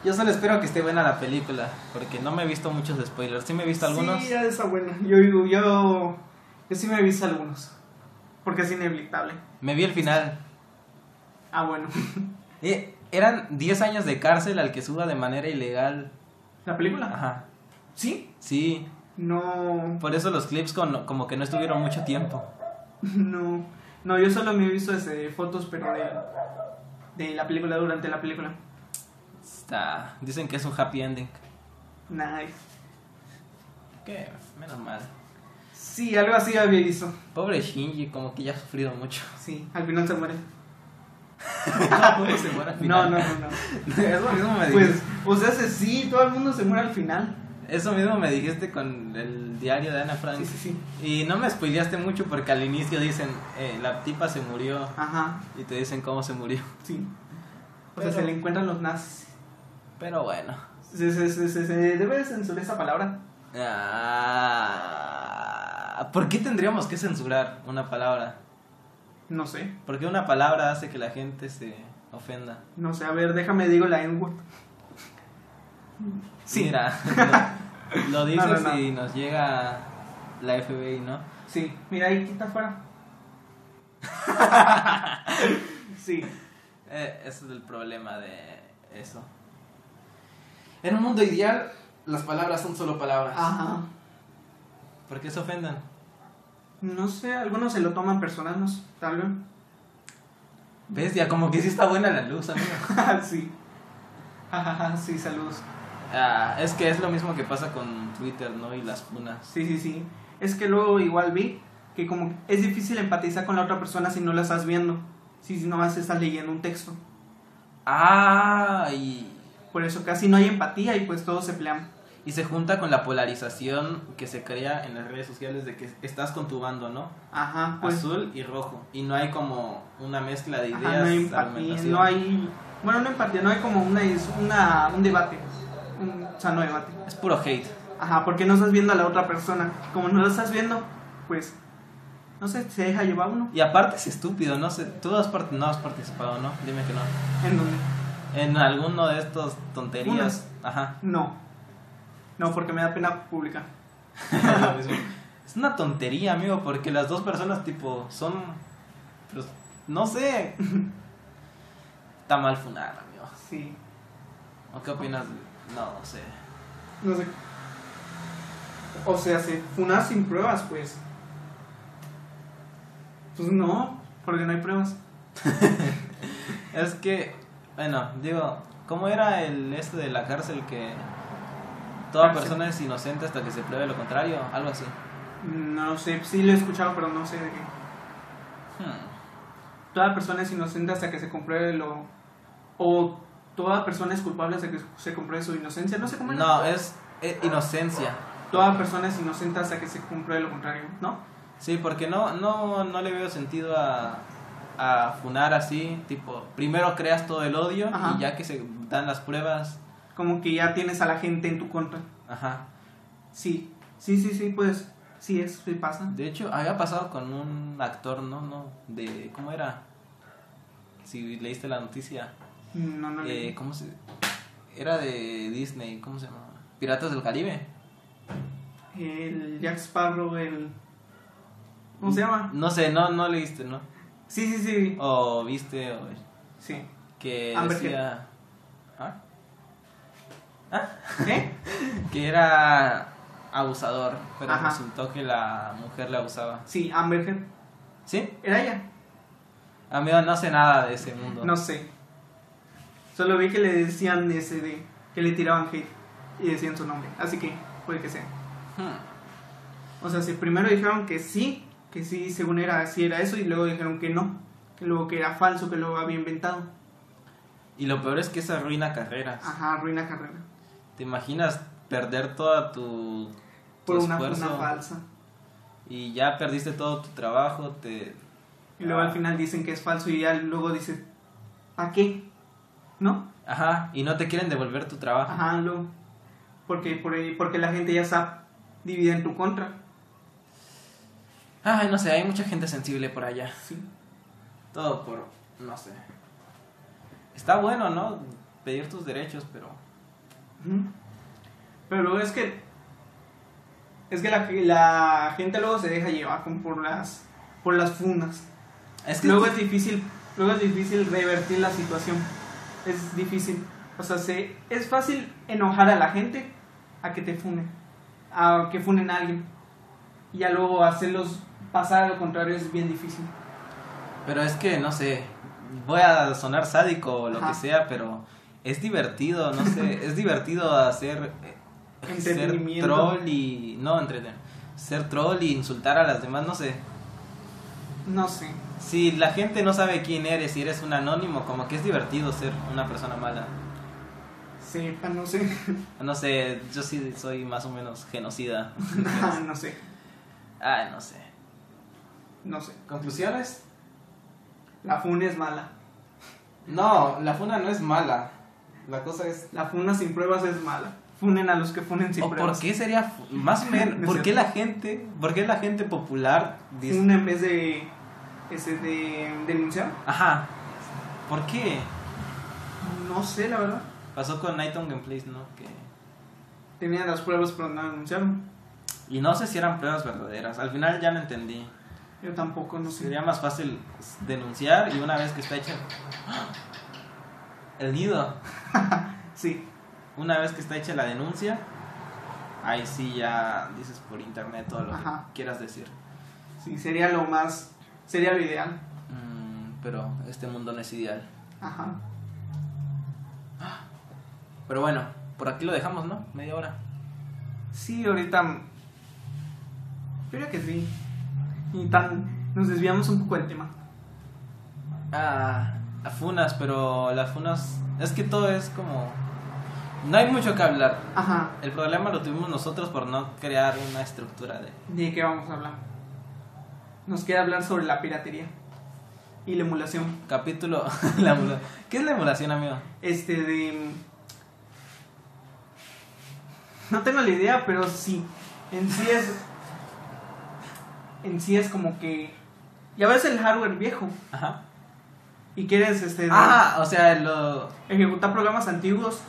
Speaker 2: Yo solo espero que esté buena la película, porque no me he visto muchos spoilers. Sí me he visto algunos.
Speaker 1: Sí, ya está buena. Yo, yo, yo, yo sí me he visto algunos. Porque es inevitable.
Speaker 2: Me vi el final.
Speaker 1: Ah, bueno.
Speaker 2: Eh, eran 10 años de cárcel al que suba de manera ilegal.
Speaker 1: ¿La película?
Speaker 2: Ajá.
Speaker 1: Sí.
Speaker 2: Sí,
Speaker 1: No,
Speaker 2: por eso los clips con- como que no estuvieron mucho tiempo.
Speaker 1: no. No, yo solo me he visto este, fotos, pero de, de la película, durante la película.
Speaker 2: Está, dicen que es un happy ending.
Speaker 1: Nice.
Speaker 2: Que menos mal.
Speaker 1: Sí, algo así había visto.
Speaker 2: Pobre Shinji, como que ya ha sufrido
Speaker 1: [laughs]
Speaker 2: mucho.
Speaker 1: Sí, al final se muere.
Speaker 2: no, pobre, se muere al
Speaker 1: No,
Speaker 2: final.
Speaker 1: no, no. no.
Speaker 2: [laughs] Eso mismo me dijiste.
Speaker 1: Pues, o sea, ese sí, todo el mundo se muere al final.
Speaker 2: Eso mismo me dijiste con el diario de Ana Frank.
Speaker 1: Sí, sí, sí.
Speaker 2: Y no me spoileaste mucho porque al inicio dicen, eh, la tipa se murió.
Speaker 1: Ajá,
Speaker 2: Y te dicen cómo se murió.
Speaker 1: sí. O
Speaker 2: Pero-
Speaker 1: sea, se le encuentran los nazis.
Speaker 2: Pero bueno.
Speaker 1: Se, se, se, se, se debe de censurar esa palabra.
Speaker 2: Ah, ¿Por qué tendríamos que censurar una palabra?
Speaker 1: No sé,
Speaker 2: Porque una palabra hace que la gente se ofenda.
Speaker 1: no sé. A ver, déjame digo la N-word. Sí,
Speaker 2: Mira,
Speaker 1: [laughs]
Speaker 2: [laughs] lo, lo dices
Speaker 1: No, no, no.
Speaker 2: y nos llega la FBI, ¿no?
Speaker 1: sí. Mira, ahí quita afuera. [laughs] sí,
Speaker 2: Eh, ese es el problema de eso. En un mundo ideal, las palabras son solo palabras.
Speaker 1: ajá.
Speaker 2: ¿Por qué se ofendan?
Speaker 1: No sé, algunos se lo toman personal, no sé, tal vez. [laughs]
Speaker 2: Bestia, como que sí está buena la luz, amigo.
Speaker 1: sí. Ajá, sí, saludos.
Speaker 2: Ah, es que es lo mismo que pasa con Twitter, ¿no? Y las punas.
Speaker 1: Sí, sí, sí. Es que luego igual vi que como que es difícil empatizar con la otra persona si no la estás viendo, si nomás estás leyendo un texto.
Speaker 2: Ah, y,
Speaker 1: Por eso casi no hay empatía y pues todos se pelean.
Speaker 2: y se junta con la polarización que se crea en las redes sociales de que estás con tu bando, ¿no?
Speaker 1: Ajá, pues.
Speaker 2: Azul y rojo. Y no hay como una mezcla de ideas.
Speaker 1: Ajá, no hay empatía,
Speaker 2: argumentación.
Speaker 1: no hay... Bueno, no empatía, no hay como una, es una, un debate, un sano debate.
Speaker 2: Es puro hate.
Speaker 1: Ajá, porque no estás viendo a la otra persona. Como no la estás viendo, pues, no sé, se deja llevar uno.
Speaker 2: Y aparte es estúpido, no sé. Tú has part- no has participado, ¿no? Dime que no.
Speaker 1: ¿En donde
Speaker 2: En alguno de estos tonterías.
Speaker 1: [laughs]
Speaker 2: Ajá. [laughs]
Speaker 1: No. No, porque me da pena pública.
Speaker 2: es una tontería, amigo, porque las dos personas, tipo, son. pues, no sé. [laughs] Está mal funada, amigo.
Speaker 1: Sí,
Speaker 2: ¿O qué opinas? No, no sé.
Speaker 1: no sé. O sea, se funas sin pruebas, pues. Pues no, porque no hay pruebas.
Speaker 2: Es que, bueno, digo, ¿cómo era el este de la cárcel que toda
Speaker 1: Cárcel.
Speaker 2: persona es inocente hasta que se pruebe lo contrario? Algo así.
Speaker 1: No sé, sí lo he escuchado, pero no sé de qué.
Speaker 2: Hmm.
Speaker 1: Toda persona es inocente hasta que se compruebe lo... O toda persona es culpable hasta que se compruebe su inocencia. No sé cómo era.
Speaker 2: No, es eh, inocencia.
Speaker 1: Toda persona es inocente hasta que se compruebe lo contrario, ¿no?
Speaker 2: Sí, porque no, no, no le veo sentido a, a funar así, tipo, primero creas todo el odio
Speaker 1: Ajá.
Speaker 2: y ya que se dan las pruebas,
Speaker 1: Como que ya tienes a la gente en tu contra.
Speaker 2: ajá.
Speaker 1: Sí, sí, sí, sí, pues sí es, sí pasa.
Speaker 2: De hecho, había pasado con un actor, ¿no? no de, ¿Cómo era? Si leíste la noticia.
Speaker 1: No, no, le-
Speaker 2: Eh, ¿Cómo se...? Era de Disney, ¿cómo se llamaba? Piratas del Caribe.
Speaker 1: El Jack Sparrow, el... ¿Cómo se llama?
Speaker 2: No sé, no, no leíste, ¿no?
Speaker 1: Sí, sí, sí,
Speaker 2: O viste, o...
Speaker 1: sí.
Speaker 2: Que
Speaker 1: Amber
Speaker 2: decía... ¿Ah?
Speaker 1: ¿Eh?
Speaker 2: que era abusador, pero
Speaker 1: Ajá.
Speaker 2: resultó que la mujer le abusaba.
Speaker 1: Sí, Amber Heard.
Speaker 2: ¿Sí?
Speaker 1: ¿Era ella?
Speaker 2: Amigo, no sé nada de ese mundo.
Speaker 1: No sé. Solo vi que le decían ese de... Que le tiraban hate y decían su nombre. Así que puede que sea.
Speaker 2: Hmm.
Speaker 1: O sea, si primero dijeron que sí, que sí, según era así era eso, y luego dijeron que no, que luego que era falso, que lo había inventado.
Speaker 2: Y lo peor es que eso arruina carreras.
Speaker 1: Ajá, arruina carrera.
Speaker 2: ¿Te imaginas perder toda tu, tu
Speaker 1: Por una
Speaker 2: esfuerzo?
Speaker 1: funa falsa.
Speaker 2: y ya perdiste todo tu trabajo, te...
Speaker 1: Y luego
Speaker 2: Ah.
Speaker 1: al final dicen que es falso y ya luego dices, ¿a qué? ¿No?
Speaker 2: Ajá, y no te quieren devolver tu trabajo.
Speaker 1: Ajá, luego. Porque, por ahí- porque la gente ya está dividida en tu contra.
Speaker 2: Ay, no sé, hay mucha gente sensible por allá.
Speaker 1: Sí.
Speaker 2: Todo por... no sé. Está bueno, ¿no? Pedir tus derechos, pero...
Speaker 1: Ujú. Pero luego es que. Es que la, la gente luego se deja llevar con, por las por las funas.
Speaker 2: Es que
Speaker 1: luego es difícil luego es difícil revertir la situación es difícil o sea se, es fácil enojar a la gente a que te funen a que funen a alguien y ya luego hacerlos pasar a lo contrario es bien difícil
Speaker 2: Pero es que, no sé, voy a sonar sádico o lo
Speaker 1: Ajá.
Speaker 2: que sea, pero es divertido, no [laughs] sé, es divertido hacer... eh, Ser
Speaker 1: Entretenimiento.
Speaker 2: troll y... No, entretener. Ser troll y insultar a las demás, no sé.
Speaker 1: no sé
Speaker 2: Si la gente no sabe quién eres y eres un anónimo, como que es divertido ser una persona mala.
Speaker 1: sepa no sé [laughs]
Speaker 2: No sé, yo sí soy más o menos genocida.
Speaker 1: no sé
Speaker 2: Ay, no sé.
Speaker 1: no sé
Speaker 2: ¿Conclusiones?
Speaker 1: la funa es mala
Speaker 2: No, la funa no es mala. La cosa es...
Speaker 1: la funa sin pruebas es mala funen a los que funen sin
Speaker 2: ¿O por
Speaker 1: pruebas
Speaker 2: qué sería fu- [laughs] más o menos
Speaker 1: No es
Speaker 2: por qué
Speaker 1: cierto.
Speaker 2: la gente por qué la gente popular dice
Speaker 1: funa en vez de ese de denunciar
Speaker 2: ajá por qué
Speaker 1: no sé la verdad
Speaker 2: pasó con Nighton Gameplays no que
Speaker 1: tenían las pruebas pero no denunciaron
Speaker 2: y no sé si eran pruebas verdaderas al final ya no entendí
Speaker 1: yo tampoco no sé
Speaker 2: sería más fácil denunciar y una vez que está hecha el nido
Speaker 1: Sí,
Speaker 2: una vez que está hecha la denuncia ahí sí ya dices por internet todo lo
Speaker 1: Ajá.
Speaker 2: que quieras decir
Speaker 1: sí, sería lo más, sería lo ideal.
Speaker 2: Mm, pero este mundo no es ideal
Speaker 1: Ajá.
Speaker 2: pero bueno Por aquí lo dejamos, ¿no? Media hora.
Speaker 1: Sí, ahorita. Creo que sí. Y tan. Nos desviamos un poco del tema.
Speaker 2: Ah, las funas, pero las funas. Es que todo es como. No hay mucho que hablar.
Speaker 1: Ajá.
Speaker 2: El problema lo tuvimos nosotros por no crear una estructura de.
Speaker 1: ¿De qué vamos a hablar? Nos queda hablar sobre la piratería. Y la emulación.
Speaker 2: Capítulo. [laughs] la emula- ¿Qué es la emulación, amigo?
Speaker 1: Este de. No tengo la idea, pero sí. En sí es. En sí es como que. Ya ves el hardware viejo.
Speaker 2: Ajá.
Speaker 1: Y quieres este.
Speaker 2: Ah, o sea, lo.
Speaker 1: ejecutar programas antiguos,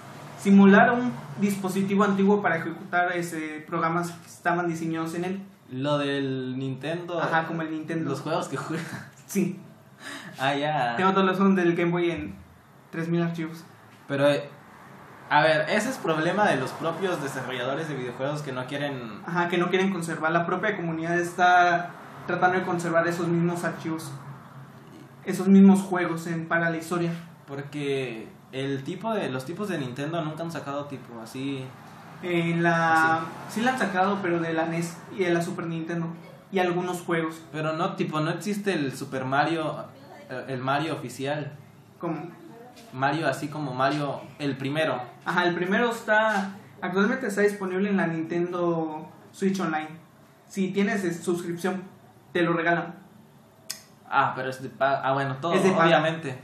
Speaker 1: simular un dispositivo antiguo para ejecutar ese, programas que estaban diseñados en él.
Speaker 2: Lo del Nintendo.
Speaker 1: Ajá, como el Nintendo.
Speaker 2: Los juegos que juegas.
Speaker 1: Sí,
Speaker 2: [laughs] Ah, ya.
Speaker 1: tengo todos los son del Game Boy en 3000 archivos.
Speaker 2: Pero, eh, a ver, ese es problema de los propios desarrolladores de videojuegos que no quieren...
Speaker 1: Ajá, que no quieren conservar. La propia comunidad está tratando de conservar esos mismos archivos, esos mismos juegos en, para la historia.
Speaker 2: Porque el tipo de... Los tipos de Nintendo nunca han sacado tipo así...
Speaker 1: En la. Sí. la han sacado, pero de la NES y de la Super Nintendo. Y algunos juegos,
Speaker 2: Pero no, tipo, no existe el Super Mario... eh, El Mario oficial.
Speaker 1: como.
Speaker 2: Mario así como Mario el primero.
Speaker 1: Ajá, el primero está. Actualmente está disponible en la Nintendo Switch Online. Si tienes eh, suscripción, te lo regalan.
Speaker 2: Ah, pero es de... pa- Ah, bueno, todo,
Speaker 1: Es de paga.
Speaker 2: obviamente.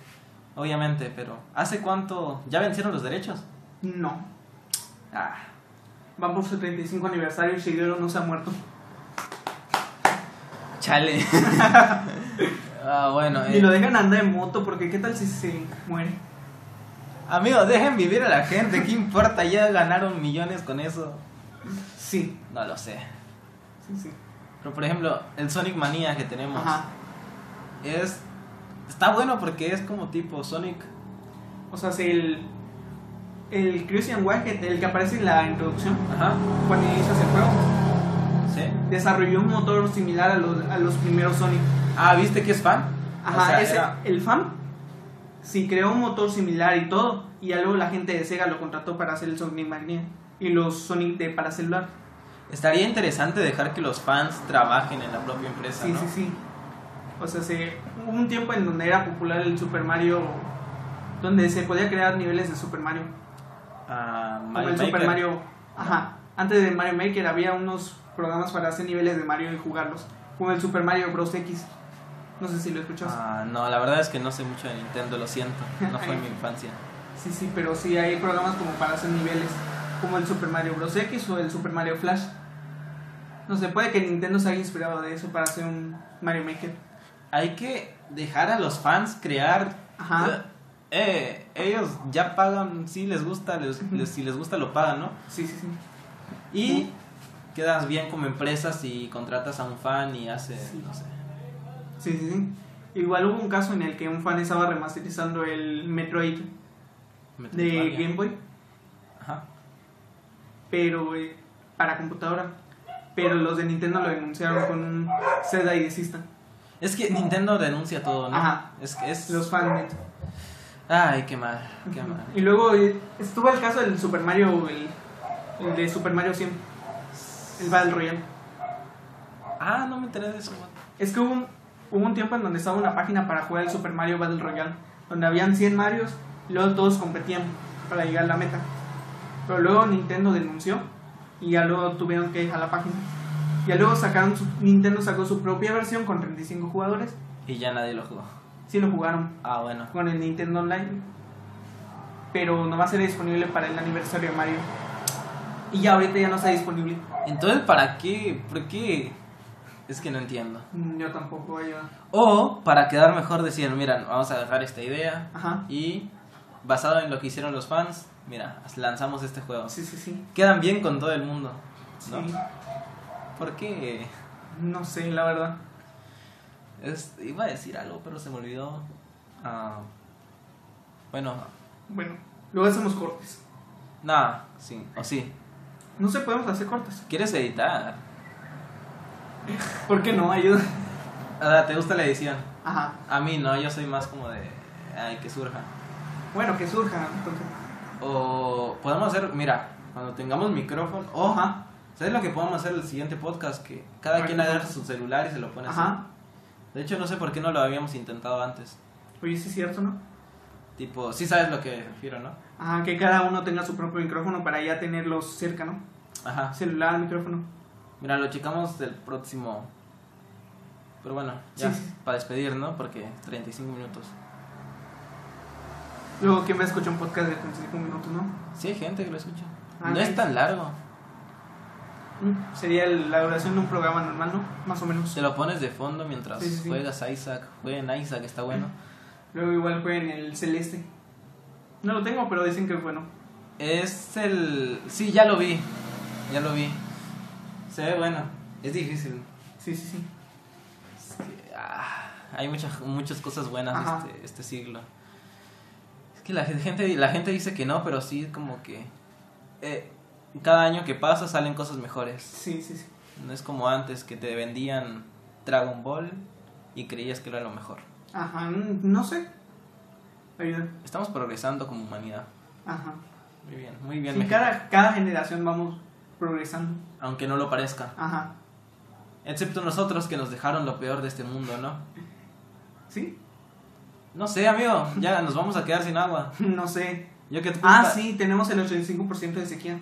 Speaker 2: Obviamente, pero... ¿Hace cuánto? ¿Ya vencieron los derechos?
Speaker 1: No.
Speaker 2: Ah,
Speaker 1: Van por su 35 aniversario y Shigeru no se ha muerto.
Speaker 2: chale. [laughs] ah, bueno.
Speaker 1: Y
Speaker 2: eh.
Speaker 1: lo dejan andar en moto porque qué tal si se muere.
Speaker 2: Amigos, dejen vivir a la gente, ¿qué importa? Ya ganaron millones con eso.
Speaker 1: Sí,
Speaker 2: No lo sé.
Speaker 1: sí, sí.
Speaker 2: Pero por ejemplo, el Sonic Manía que tenemos
Speaker 1: Ajá.
Speaker 2: es está bueno porque es como tipo Sonic.
Speaker 1: O sea, si el. El Christian Wackett, el que aparece en la introducción,
Speaker 2: Ajá.
Speaker 1: cuando inicia ese juego,
Speaker 2: Sí.
Speaker 1: desarrolló un motor similar a los, a los primeros Sonic.
Speaker 2: Ah, ¿viste que es fan?
Speaker 1: Ajá,
Speaker 2: O sea,
Speaker 1: ese,
Speaker 2: era-
Speaker 1: el fan sí creó un motor similar y todo. Y ya luego la gente de Sega lo contrató para hacer el Sonic Mania y los Sonic de para celular.
Speaker 2: Estaría interesante dejar que los fans trabajen en la propia empresa,
Speaker 1: Sí,
Speaker 2: ¿no?
Speaker 1: sí, sí. O sea, se, hubo un tiempo en donde era popular el Super Mario, donde se podía crear niveles de Super Mario.
Speaker 2: Ah,
Speaker 1: Como
Speaker 2: Mario
Speaker 1: el Super
Speaker 2: Maker.
Speaker 1: Mario. Ajá, antes de Mario Maker había unos programas para hacer niveles de Mario y jugarlos. Como el Super Mario Bros. X. No sé si lo escuchas.
Speaker 2: Ah, no, la verdad es que no sé mucho de Nintendo, lo siento.
Speaker 1: [laughs]
Speaker 2: No fue mi infancia.
Speaker 1: Sí, sí, pero sí hay programas como para hacer niveles, como el Super Mario Bros. X o el Super Mario Flash. No sé, puede que Nintendo se haya inspirado de eso para hacer un Mario Maker.
Speaker 2: Hay que dejar a los fans crear
Speaker 1: Ajá,
Speaker 2: Eh, ellos ya pagan, si les gusta, les- les- si les gusta lo pagan, ¿no?
Speaker 1: sí, sí, sí.
Speaker 2: Y quedas bien como empresa si contratas a un fan y hace,
Speaker 1: Sí.
Speaker 2: no sé.
Speaker 1: Sí, sí, sí. Igual hubo un caso en el que un fan estaba remasterizando el Metroid de
Speaker 2: Metroidvania.
Speaker 1: Game Boy,
Speaker 2: Ajá.
Speaker 1: pero eh, para computadora. Pero los de Nintendo lo denunciaron con un seda y desista.
Speaker 2: Es que Nintendo denuncia todo, ¿no?
Speaker 1: Ajá.
Speaker 2: Es que es...
Speaker 1: Los fans.
Speaker 2: Ay, qué mal, qué mal.
Speaker 1: Y luego eh, estuvo el caso del Super Mario, el, el de Super Mario 100, el Battle Royale.
Speaker 2: Ah, no me enteré de eso. güey.
Speaker 1: Es que hubo un, hubo un tiempo en donde estaba una página para jugar el Super Mario Battle Royale, donde habían 100 Marios y luego todos competían para llegar a la meta. Pero luego Nintendo denunció y ya luego tuvieron que dejar la página. Ya luego sacaron su- Nintendo sacó su propia versión con 35 jugadores.
Speaker 2: Y ya nadie lo jugó.
Speaker 1: Sí lo jugaron
Speaker 2: Ah, bueno.
Speaker 1: con el Nintendo Online. Pero no va a ser disponible para el aniversario de Mario. Y ya ahorita ya no está disponible.
Speaker 2: Entonces, ¿para qué? ¿Por qué? Es que no entiendo.
Speaker 1: Mm, Yo tampoco voy a...
Speaker 2: O, para quedar mejor, decían, mira, vamos a dejar esta idea,
Speaker 1: Ajá.
Speaker 2: Y basado en lo que hicieron los fans, mira, lanzamos este juego.
Speaker 1: Sí, sí, sí.
Speaker 2: Quedan bien con todo el mundo.
Speaker 1: Sí.
Speaker 2: ¿no? Porque
Speaker 1: No sé, la verdad.
Speaker 2: es, iba a decir algo, pero se me olvidó. Ah, bueno,
Speaker 1: Bueno, luego hacemos cortes.
Speaker 2: nada, sí, o sí.
Speaker 1: No sé, podemos hacer cortes.
Speaker 2: ¿Quieres editar?
Speaker 1: ¿Por qué no? Ayuda.
Speaker 2: Ah, ¿Te gusta la edición?
Speaker 1: Ajá.
Speaker 2: A mí no, yo soy más como de... Ay, que surja.
Speaker 1: Bueno, que surja. Entonces.
Speaker 2: O podemos hacer, mira, cuando tengamos micrófono, oja, ¿sabes lo que podemos hacer el siguiente podcast? Que cada quien agarra su celular y se lo pone así.
Speaker 1: Ajá.
Speaker 2: De hecho, no sé por qué no lo habíamos intentado antes.
Speaker 1: Oye, sí es cierto, ¿no?
Speaker 2: Tipo, sí sabes lo que me refiero, ¿no?
Speaker 1: Ajá, que cada uno tenga su propio micrófono para ya tenerlos cerca, ¿no? Ah.
Speaker 2: Ajá.
Speaker 1: Celular, micrófono.
Speaker 2: Mira, lo checamos el próximo. Pero bueno, ya,
Speaker 1: Sí, sí.
Speaker 2: para despedir, ¿no? Porque 35 minutos.
Speaker 1: Luego, ¿quién va a escuchar un podcast de 35 minutos, no?
Speaker 2: Sí, hay gente que lo escucha.
Speaker 1: Ah,
Speaker 2: no
Speaker 1: sí.
Speaker 2: es tan largo.
Speaker 1: Mm, Sería el- la duración de un programa normal, ¿no? Más o menos.
Speaker 2: Se lo pones de fondo mientras
Speaker 1: Sí, sí, sí.
Speaker 2: juegas a Isaac. Jueguen a Isaac, está bueno.
Speaker 1: Luego igual fue en el celeste. No lo tengo, pero dicen que es bueno.
Speaker 2: Es el. Sí, ya lo vi. Ya lo vi. Se ve bueno. Es difícil.
Speaker 1: Sí, sí, sí.
Speaker 2: Es que, ah, hay muchas, muchas cosas buenas
Speaker 1: Ajá.
Speaker 2: de este, este siglo. Es que la gen- gente, la gente dice que no, pero sí, como que. eh, cada año que pasa salen cosas mejores.
Speaker 1: Sí, sí, sí.
Speaker 2: No es como antes que te vendían Dragon Ball y creías que era lo mejor.
Speaker 1: Ajá, mm, no sé. Ayuda.
Speaker 2: Estamos progresando como humanidad.
Speaker 1: Ajá.
Speaker 2: Muy bien, muy bien.
Speaker 1: Sí,
Speaker 2: México.
Speaker 1: cada, cada generación vamos progresando.
Speaker 2: Aunque no lo parezca.
Speaker 1: Ajá.
Speaker 2: Excepto nosotros que nos dejaron lo peor de este mundo, ¿no?
Speaker 1: ¿Sí? [laughs]
Speaker 2: No sé, amigo, ya nos vamos a quedar sin agua.
Speaker 1: No sé.
Speaker 2: Yo que te
Speaker 1: Ah,
Speaker 2: pregunta-
Speaker 1: sí, tenemos el 85% de sequía.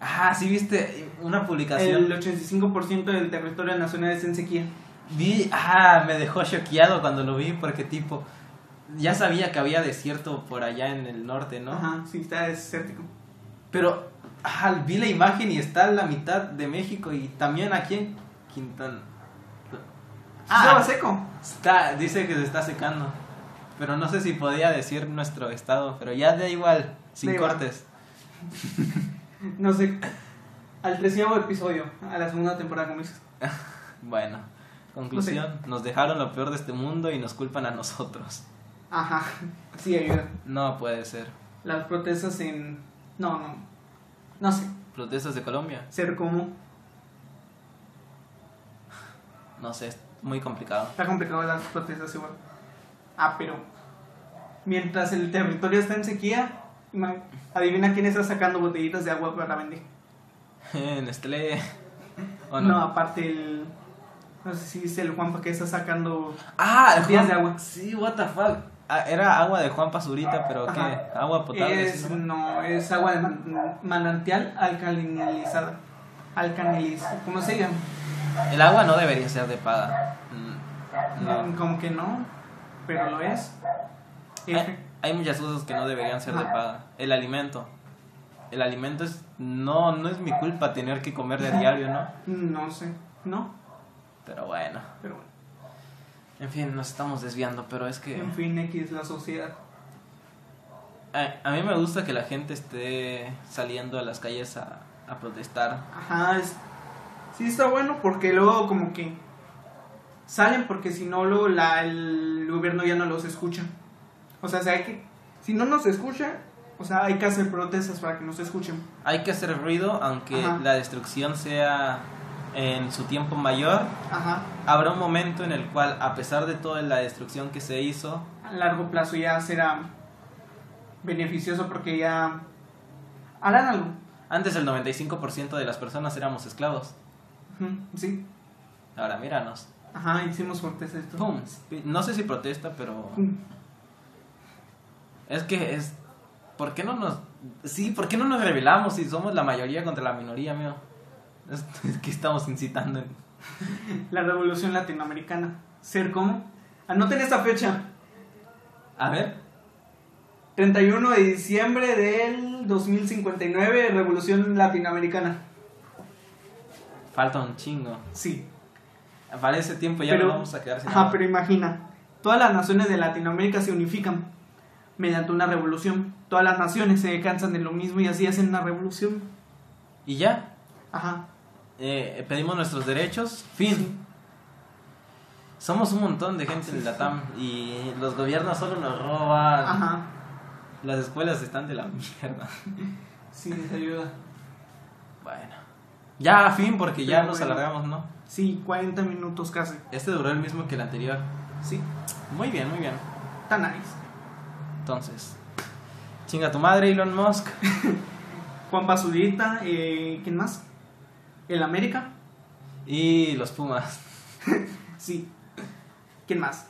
Speaker 2: Ah, sí viste una publicación.
Speaker 1: El 85% del territorio nacional es en sequía.
Speaker 2: Vi, ah, me dejó choqueado cuando lo vi porque tipo ya sabía que había desierto por allá en el norte, ¿no?
Speaker 1: Ajá, sí, está desértico.
Speaker 2: Pero ah, vi la imagen y está la mitad de México y también aquí en Quintana.
Speaker 1: Ah,
Speaker 2: Ah.
Speaker 1: estaba seco.
Speaker 2: Está, dice que se está secando. Pero no sé si podía decir nuestro estado, pero ya da igual, sin
Speaker 1: Da igual.
Speaker 2: cortes.
Speaker 1: No sé. Al treceavo episodio, a la segunda temporada, como dices.
Speaker 2: Bueno, conclusión, nos dejaron lo peor de este mundo y nos culpan a nosotros.
Speaker 1: Ajá, sí, ayuda.
Speaker 2: No puede ser.
Speaker 1: Las protestas en. No, no. No sé.
Speaker 2: Protestas de Colombia,
Speaker 1: Ser como.
Speaker 2: no sé, es muy complicado. [laughs]
Speaker 1: Está complicado las protestas igual. Ah, pero. Mientras el territorio está en sequía, ima- adivina quién está sacando botellitas de agua para vender.
Speaker 2: Nestlé. ¿o
Speaker 1: no?
Speaker 2: no?
Speaker 1: aparte el. No sé si dice el Juanpa que está sacando.
Speaker 2: Ah, el
Speaker 1: Días
Speaker 2: Juan-
Speaker 1: de agua.
Speaker 2: Sí, what the fuck. Ah, era agua de Juan Pazurita, pero ¿qué?
Speaker 1: Ajá.
Speaker 2: Agua potable. sí,
Speaker 1: es,
Speaker 2: ¿no?
Speaker 1: no, es agua de man- manantial alcalinizada. Alcalinizada. ¿Cómo se llama?
Speaker 2: El agua no debería ser de paga. Mm,
Speaker 1: Mm,
Speaker 2: No. Ah.
Speaker 1: Como que no, pero lo es.
Speaker 2: Hay, hay muchas cosas que no deberían ser de paga. El alimento. El alimento es. No, no es mi culpa tener que comer de diario, ¿no?
Speaker 1: No sé, no,
Speaker 2: Pero bueno.
Speaker 1: pero bueno.
Speaker 2: En fin, nos estamos desviando, pero es que.
Speaker 1: En fin, X, la sociedad.
Speaker 2: A, a mí me gusta que la gente esté saliendo a las calles a, a protestar.
Speaker 1: Ajá, es, sí está bueno porque luego como que salen porque si no luego la, el gobierno ya no los escucha. O sea, si, hay que, si no nos escucha, o sea, hay que hacer protestas para que nos escuchen.
Speaker 2: Hay que hacer ruido, aunque
Speaker 1: Ajá.
Speaker 2: la destrucción sea en su tiempo mayor.
Speaker 1: Ajá,
Speaker 2: Habrá un momento en el cual, a pesar de toda la destrucción que se hizo,
Speaker 1: a largo plazo ya será beneficioso porque ya harán algo.
Speaker 2: antes el 95% de las personas éramos esclavos.
Speaker 1: Ujú, Sí,
Speaker 2: Ahora míranos.
Speaker 1: ajá, hicimos protestas. y todo.
Speaker 2: ¡Pum! No sé si protesta, pero es que es... ¿Por qué no nos... Sí, ¿por qué no nos rebelamos si somos la mayoría contra la minoría, mío? Es, es [laughs] que estamos incitando. en-
Speaker 1: La revolución latinoamericana. ¿Ser cómo? Anoten esta fecha.
Speaker 2: A ver.
Speaker 1: 31 de diciembre del 2059, Revolución Latinoamericana.
Speaker 2: Falta un chingo.
Speaker 1: Sí.
Speaker 2: Para ese tiempo ya
Speaker 1: Pero-
Speaker 2: no vamos a quedar sin
Speaker 1: Ajá,
Speaker 2: agua.
Speaker 1: pero imagina, todas las naciones de Latinoamérica se unifican mediante una revolución. Todas las naciones se cansan de lo mismo y así hacen una revolución.
Speaker 2: Y ya,
Speaker 1: Ajá.
Speaker 2: eh, pedimos nuestros derechos, fin. Somos un montón de gente en Latam y los gobiernos solo nos roban.
Speaker 1: Ajá.
Speaker 2: Las escuelas están de la [laughs] mierda.
Speaker 1: Sí, les ayuda.
Speaker 2: Bueno. Ya, fin, porque ya
Speaker 1: Pero
Speaker 2: nos
Speaker 1: bueno.
Speaker 2: alargamos, ¿no?
Speaker 1: Sí, 40 minutos casi.
Speaker 2: Este duró el mismo que el anterior.
Speaker 1: Sí,
Speaker 2: Muy bien, muy bien.
Speaker 1: tan nice.
Speaker 2: Entonces, Chinga tu madre, Elon Musk.
Speaker 1: Juan Pazurita, eh, ¿quién más? El América,
Speaker 2: Y los Pumas.
Speaker 1: sí. ¿Quién más?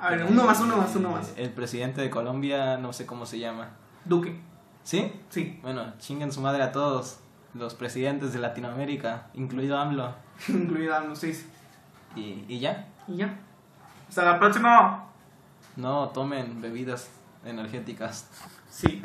Speaker 1: A ver, uno más, uno más, uno más.
Speaker 2: El presidente de Colombia, no sé cómo se llama.
Speaker 1: Duque,
Speaker 2: ¿Sí?
Speaker 1: sí. [laughs]
Speaker 2: Bueno, chingan su madre a todos los presidentes de Latinoamérica, incluido AMLO.
Speaker 1: Incluido a los seis.
Speaker 2: Y, y ya,
Speaker 1: Y ya. Hasta la próxima.
Speaker 2: no tomen bebidas energéticas.
Speaker 1: Sí.